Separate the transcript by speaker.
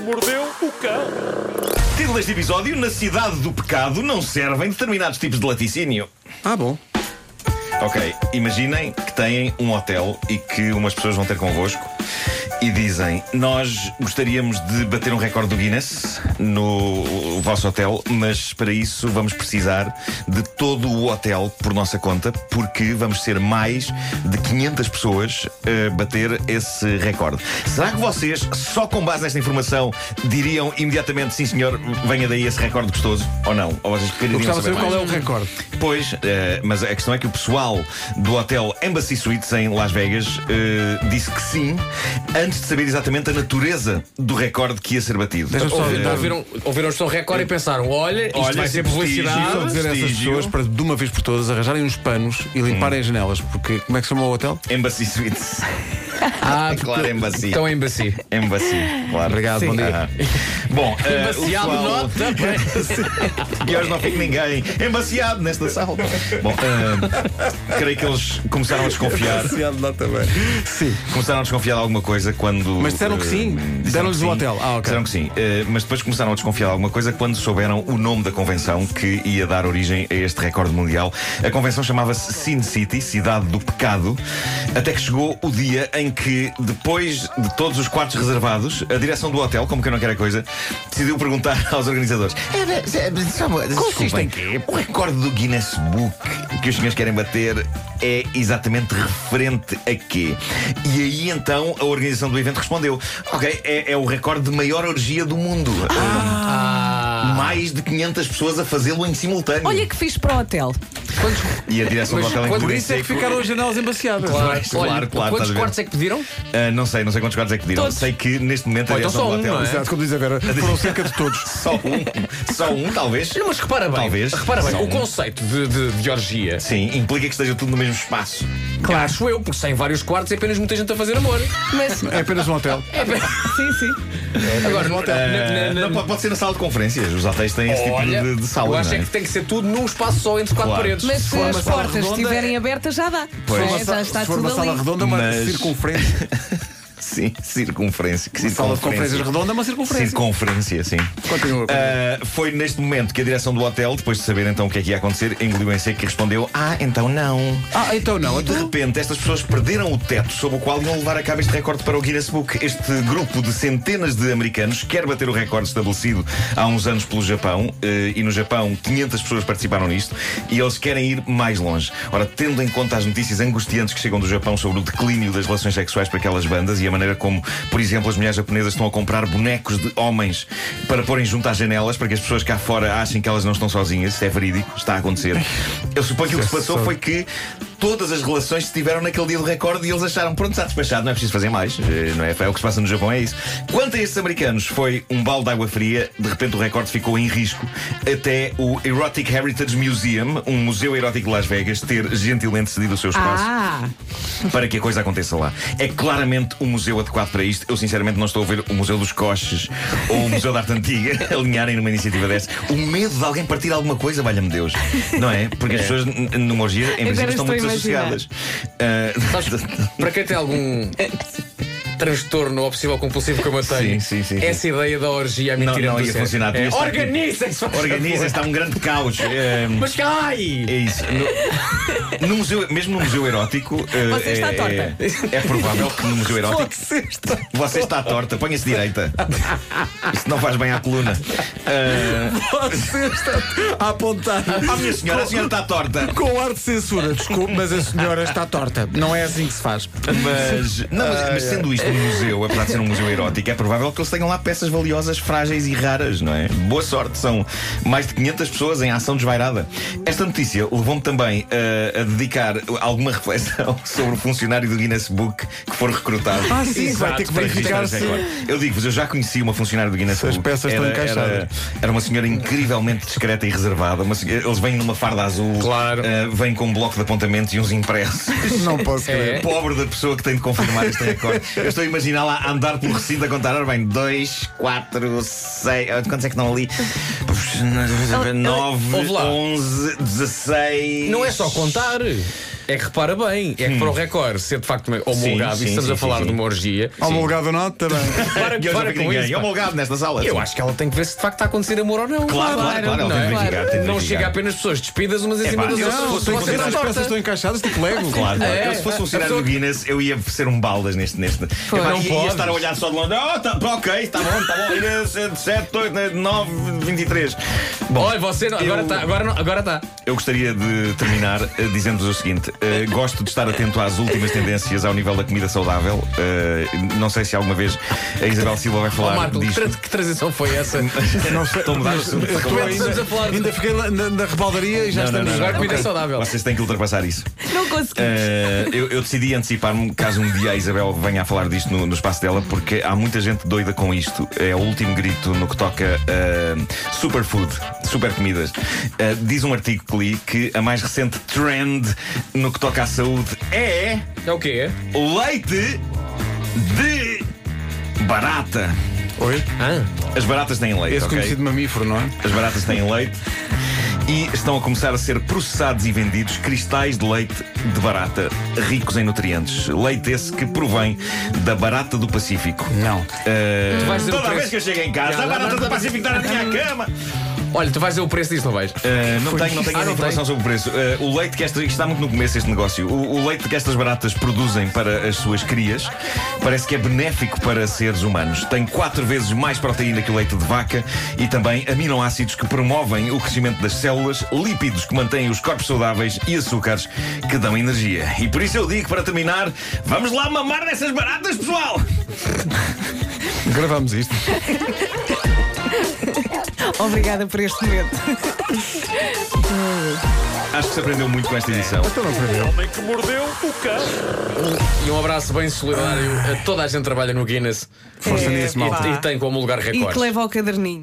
Speaker 1: mordeu o cão.
Speaker 2: Título deste episódio: Na Cidade do Pecado não servem determinados tipos de laticínio.
Speaker 3: Ah, bom.
Speaker 2: Ok, imaginem que têm um hotel e que umas pessoas vão ter convosco e dizem: Nós gostaríamos de bater um recorde do Guinness no vosso hotel, mas para isso vamos precisar de todo o hotel por nossa conta, porque vamos ser mais de 500 pessoas a bater esse recorde. Será que vocês, só com base nesta informação, diriam imediatamente: Sim, senhor, venha daí esse recorde gostoso? Ou não? Ou vocês
Speaker 3: Eu
Speaker 2: queriam
Speaker 3: gostava de
Speaker 2: saber
Speaker 3: saber
Speaker 2: mais?
Speaker 3: qual é o recorde.
Speaker 2: Pois, eh, mas a questão é que o pessoal do hotel Embassy Suites em Las Vegas eh, disse que sim, antes de saber exatamente a natureza do recorde que ia ser batido.
Speaker 3: Deixa-me só
Speaker 2: Eh,
Speaker 3: evitar-
Speaker 4: Ouviram, ouviram o seu recorde e pensaram: olha, isto
Speaker 2: Olha,
Speaker 4: vai ser
Speaker 2: esse
Speaker 4: publicidade.
Speaker 2: prestígio.
Speaker 3: Só dizer a essas
Speaker 2: Prestígio.
Speaker 3: pessoas para de uma vez por todas arranjarem uns panos e limparem as janelas, porque como é que se chama o hotel?
Speaker 2: Embassy Suites.
Speaker 4: Ah,
Speaker 2: é claro, Embassy.
Speaker 4: Estão em bacia.
Speaker 2: Embassy, claro.
Speaker 3: Obrigado, bom dia.
Speaker 2: Ah. Bom, eh, o
Speaker 4: Baciado
Speaker 2: pessoal-
Speaker 4: nota.
Speaker 2: E hoje não fica ninguém embaciado nesta sala. Bom, ah, creio que eles começaram a desconfiar.
Speaker 3: Sim.
Speaker 2: Começaram a desconfiar de alguma coisa quando.
Speaker 3: Mas disseram que sim?
Speaker 2: eh, disseram
Speaker 3: Deram-lhes
Speaker 2: que
Speaker 3: o
Speaker 2: sim.
Speaker 3: hotel. Ah, ok.
Speaker 2: Disseram que sim. Eh, mas depois começaram a desconfiar de alguma coisa quando souberam o nome da convenção que ia dar origem a este recorde mundial. A convenção chamava-se Sin City, Cidade do Pecado, até que chegou o dia em que, depois de todos os quartos reservados, a direção do hotel, como que eu não quero a coisa, decidiu perguntar aos organizadores: É, Consiste em quê? O recorde do Guinness Book que os senhores querem bater é exatamente referente a quê? E aí então a organização do evento respondeu: Ok, é, é o recorde de maior orgia do mundo. Ah, Mais de 500 pessoas a fazê-lo em simultâneo.
Speaker 5: Olha que fiz para o hotel.
Speaker 2: E a direção do
Speaker 4: Mas
Speaker 2: hotel em
Speaker 4: quando
Speaker 3: Por
Speaker 2: Turim
Speaker 3: isso é que
Speaker 2: seco-
Speaker 3: ficaram as janelas embaciadas.
Speaker 2: Claro, claro, claro, estás a
Speaker 4: Quantos
Speaker 2: ver.
Speaker 4: quartos é que pediram?
Speaker 2: Ah, não sei, não sei quantos quartos é que pediram.
Speaker 5: Todos.
Speaker 2: Sei que neste momento a
Speaker 4: Ou então
Speaker 2: direção
Speaker 4: só
Speaker 2: do
Speaker 4: um,
Speaker 2: hotel.
Speaker 4: não é?
Speaker 3: Exato, como diz a Vera, foram cerca de todos.
Speaker 2: Só um, só um, talvez.
Speaker 4: Não, mas repara bem.
Speaker 2: Talvez.
Speaker 4: Repara bem,
Speaker 2: Só
Speaker 4: o
Speaker 2: um.
Speaker 4: conceito de, de, de orgia.
Speaker 2: Sim, implica que esteja tudo no mesmo espaço.
Speaker 4: Claro. Acho eu, porque sem vários quartos é apenas muita gente a fazer amor.
Speaker 5: Mas
Speaker 3: É apenas um hotel.
Speaker 5: sim, sim.
Speaker 4: Agora, na- na- na-
Speaker 2: É, Não, pode- pode ser na sala de conferências. Os hotéis têm esse tipo
Speaker 4: olha,
Speaker 2: de, de sala.
Speaker 4: eu acho
Speaker 2: não
Speaker 4: é
Speaker 2: é?
Speaker 4: que tem que ser tudo num espaço só entre quatro
Speaker 2: Claro.
Speaker 4: paredes.
Speaker 5: Mas se as
Speaker 3: sala
Speaker 5: portas
Speaker 3: redonda-
Speaker 5: estiverem abertas já dá.
Speaker 2: Pois.
Speaker 5: É,
Speaker 2: Se for uma
Speaker 5: já está
Speaker 3: Se for
Speaker 5: tudo
Speaker 3: uma sala
Speaker 5: ali.
Speaker 3: redonda, uma
Speaker 2: Mas-
Speaker 3: circunferência.
Speaker 2: Sim, circunferência. Que
Speaker 3: Uma sala de
Speaker 2: circunferência.
Speaker 3: conferências redonda, uma circunferência.
Speaker 2: Circunferência, sim.
Speaker 3: Continua.
Speaker 2: Ah, foi neste momento que a direção do hotel, depois de saber então o que é que ia acontecer, engoliu em seco e respondeu: Ah, então não.
Speaker 3: Ah, então não.
Speaker 2: E de
Speaker 3: então-
Speaker 2: repente estas pessoas perderam o teto sob o qual iam levar a cabo este recorde para o Guinness Book. Este grupo de centenas de americanos quer bater o recorde estabelecido há uns anos pelo Japão eh, e no Japão 500 pessoas participaram nisto e eles querem ir mais longe. Ora, tendo em conta as notícias angustiantes que chegam do Japão sobre o declínio das relações sexuais para aquelas bandas e a maneira como, por exemplo, as mulheres japonesas estão a comprar bonecos de homens para porem junto às janelas para que as pessoas cá fora achem que elas não estão sozinhas, isso é verídico, está a acontecer. Eu suponho que o que se passou foi que todas as relações se tiveram naquele dia do recorde e eles acharam, pronto, está despachado, não é preciso fazer mais. Eh, Não é? é o que se passa no Japão, é isso. Quanto a estes americanos, foi um balde de água fria, de repente o recorde ficou em risco até o Erotic Heritage Museum, um museu erótico de Las Vegas, ter gentilmente cedido o seu espaço
Speaker 5: Ah,
Speaker 2: para que a coisa aconteça lá. É claramente um museu adequado para isto. Eu, sinceramente, não estou a ver o Museu dos Coches ou o Museu da Arte Antiga alinharem numa iniciativa dessa. O medo de alguém partir alguma coisa, valha-me Deus. Não é? Porque as pessoas, n- numa orgia, em princípio,
Speaker 5: Agora
Speaker 2: estão
Speaker 5: estou
Speaker 2: muito
Speaker 5: a imaginar.
Speaker 2: desassociadas. Ah,
Speaker 4: Para quem tem algum transtorno obsessivo compulsivo que eu mantenho,
Speaker 2: Sim, sim, sim, sim.
Speaker 4: essa ideia da orgia é
Speaker 2: não,
Speaker 4: mentira.
Speaker 2: não ia funcionar. Tinha
Speaker 4: É,
Speaker 2: de estar aqui.
Speaker 4: Organizem-se! por
Speaker 2: Organizem-se,
Speaker 4: favor.
Speaker 2: está um grande caos. Ah,
Speaker 4: Mas cai!
Speaker 2: É isso. No, no museu, mesmo no museu erótico. eh,
Speaker 5: Você está
Speaker 2: é,
Speaker 5: torta.
Speaker 2: É, é provável que no museu erótico. Você está, torta, ponha-se direita. Isso não faz bem à coluna. Eh,
Speaker 3: Você está a apontar.
Speaker 2: Ah, minha senhora, a senhora está torta.
Speaker 3: Com ar de censura, desculpe, mas a senhora está torta. Não é assim que se faz.
Speaker 2: Mas, não, mas,
Speaker 3: ah,
Speaker 2: mas sendo isto um museu, apesar de ser um museu erótico, é provável que eles tenham lá peças valiosas, frágeis e raras, não é? Boa sorte, são mais de 500 pessoas em ação desvairada. Esta notícia levou-me também eh, a dedicar alguma reflexão sobre o funcionário do Guinness Book que for recrutado.
Speaker 3: Ah, sim, vai ter que assim.
Speaker 2: para
Speaker 3: verificar se.
Speaker 2: registrar esse recorde. Eu digo-vos, eu já conheci uma funcionária do Guinness
Speaker 3: as
Speaker 2: Book.
Speaker 3: peças estão encaixadas.
Speaker 2: Era, era uma senhora incrivelmente discreta e reservada. Uma senhora- eles vêm numa farda azul,
Speaker 4: Claro.
Speaker 2: eh, vêm com um bloco de apontamentos e uns impressos.
Speaker 3: Não posso
Speaker 4: É.
Speaker 3: crer.
Speaker 2: Pobre da pessoa que tem de confirmar este recorde. Eu estou a imaginar lá a andar pelo recinto a contar. Ora bem, 2, 4, 6. Quantos é que estão ali? 9,
Speaker 4: ouve lá. é
Speaker 2: 11, 16.
Speaker 4: Não é só contar. É que repara bem, é que para o recorde ser de facto uma- homologado,
Speaker 2: sim,
Speaker 4: e estamos
Speaker 2: sim,
Speaker 4: a
Speaker 2: sim,
Speaker 4: falar
Speaker 2: sim.
Speaker 4: de uma orgia.
Speaker 3: Homologado ou não, também.
Speaker 4: Para,
Speaker 2: E eu já
Speaker 4: para
Speaker 2: vi
Speaker 4: com
Speaker 2: ninguém.
Speaker 4: isso.
Speaker 2: É
Speaker 4: pá.
Speaker 2: homologado nesta sala.
Speaker 4: Eu acho que ela tem que ver se de facto está a acontecer amor ou não.
Speaker 2: Claro, claro, claro, ela tem de
Speaker 4: não,
Speaker 2: verificar, tem de
Speaker 4: não
Speaker 2: verificar.
Speaker 4: chega apenas pessoas despidas umas em
Speaker 2: É
Speaker 4: cima
Speaker 2: pá,
Speaker 4: das
Speaker 2: eu
Speaker 4: outras.
Speaker 2: se
Speaker 3: Não,
Speaker 2: fosse
Speaker 3: se
Speaker 2: um
Speaker 4: Pessoas
Speaker 3: vocês
Speaker 4: à
Speaker 3: as
Speaker 2: funcionário-
Speaker 4: torta.
Speaker 3: peças estão encaixadas, tipo Lego.
Speaker 2: Claro, claro.
Speaker 4: É,
Speaker 2: eu se fosse
Speaker 4: a
Speaker 2: funcionário
Speaker 4: pessoa-
Speaker 2: do Guinness, eu ia ser um baldas neste. neste.
Speaker 5: Pois.
Speaker 2: Epá,
Speaker 5: Não
Speaker 2: ia- ia,
Speaker 4: podes.
Speaker 2: estar a olhar só de longe. Oh, tá, pá, ok, está bom, está bom. Guinness, 7, 8, 9, 23. Bom,
Speaker 4: Olha, você não, agora tá-
Speaker 2: Eu-
Speaker 4: está, agora não, agora está.
Speaker 2: Eu gostaria de terminar eh, dizendo-vos o seguinte: eh, gosto de estar atento às últimas tendências ao nível da comida saudável. Eh, não sei se alguma vez a Isabel Silva vai
Speaker 4: Ó
Speaker 2: falar
Speaker 4: Marco, que,
Speaker 2: disto.
Speaker 4: tra- que transição foi essa? é
Speaker 3: Não sei.
Speaker 2: Estou a mudar de assunto.
Speaker 3: Eu estou
Speaker 4: Estamos
Speaker 3: ainda,
Speaker 4: a falar de-
Speaker 3: ainda fiquei na, na- na rebaldaria e já
Speaker 2: Não, não,
Speaker 3: estamos.
Speaker 2: não,
Speaker 4: Agora
Speaker 2: não.
Speaker 4: comida
Speaker 2: Ok.
Speaker 4: saudável.
Speaker 2: Vocês têm que ultrapassar isso.
Speaker 5: Não consegui.
Speaker 3: É.
Speaker 2: Eh, eu, eu decidi antecipar-me caso um dia a Isabel venha a falar disto no, no espaço dela, porque há muita gente doida com isto. É o último grito no que toca a superfood, super comidas. Eh, diz um artigo que li que a mais recente trend no que toca à saúde é
Speaker 4: É o quê?
Speaker 2: leite de barata.
Speaker 3: Oi?
Speaker 2: As baratas têm leite,
Speaker 3: Esse
Speaker 2: ok?
Speaker 3: conhecido mamífero, não é?
Speaker 2: As baratas têm leite e estão a começar a ser processados e vendidos cristais de leite de barata ricos em nutrientes. Leite esse que provém da barata do Pacífico.
Speaker 3: Não.
Speaker 2: Eh,
Speaker 4: Tu vais dizer o
Speaker 2: toda vez
Speaker 4: preço.
Speaker 2: que eu chego em casa,
Speaker 4: Já,
Speaker 2: a barata
Speaker 4: não, não,
Speaker 2: do Pacífico está na minha cama.
Speaker 4: Olha, tu vais ver o preço disso, não vais?
Speaker 2: Eh, não tenho, não tenho
Speaker 4: Ah,
Speaker 2: essa
Speaker 4: não
Speaker 2: informação sobre o preço. Eh, o leite que estas. Isto está muito no começo este negócio. O, o leite que estas baratas produzem para as suas crias parece que é benéfico para seres humanos. Tem quatro vezes mais proteína que o leite de vaca e também aminoácidos que promovem o crescimento das células, lípidos que mantêm os corpos saudáveis e açúcares que dão energia. E por isso eu digo, para terminar, vamos lá mamar nessas baratas, pessoal!
Speaker 3: Gravamos isto.
Speaker 5: Obrigada por este momento.
Speaker 2: Acho que se aprendeu muito com esta edição.
Speaker 3: Então não perdeu.
Speaker 4: E um abraço bem solidário a toda a gente que trabalha no Guinness
Speaker 3: Força
Speaker 5: É,
Speaker 3: nisso,
Speaker 5: pá.
Speaker 3: malta.
Speaker 4: e tem como lugar
Speaker 5: E que
Speaker 4: recordes.
Speaker 5: leva ao caderninho.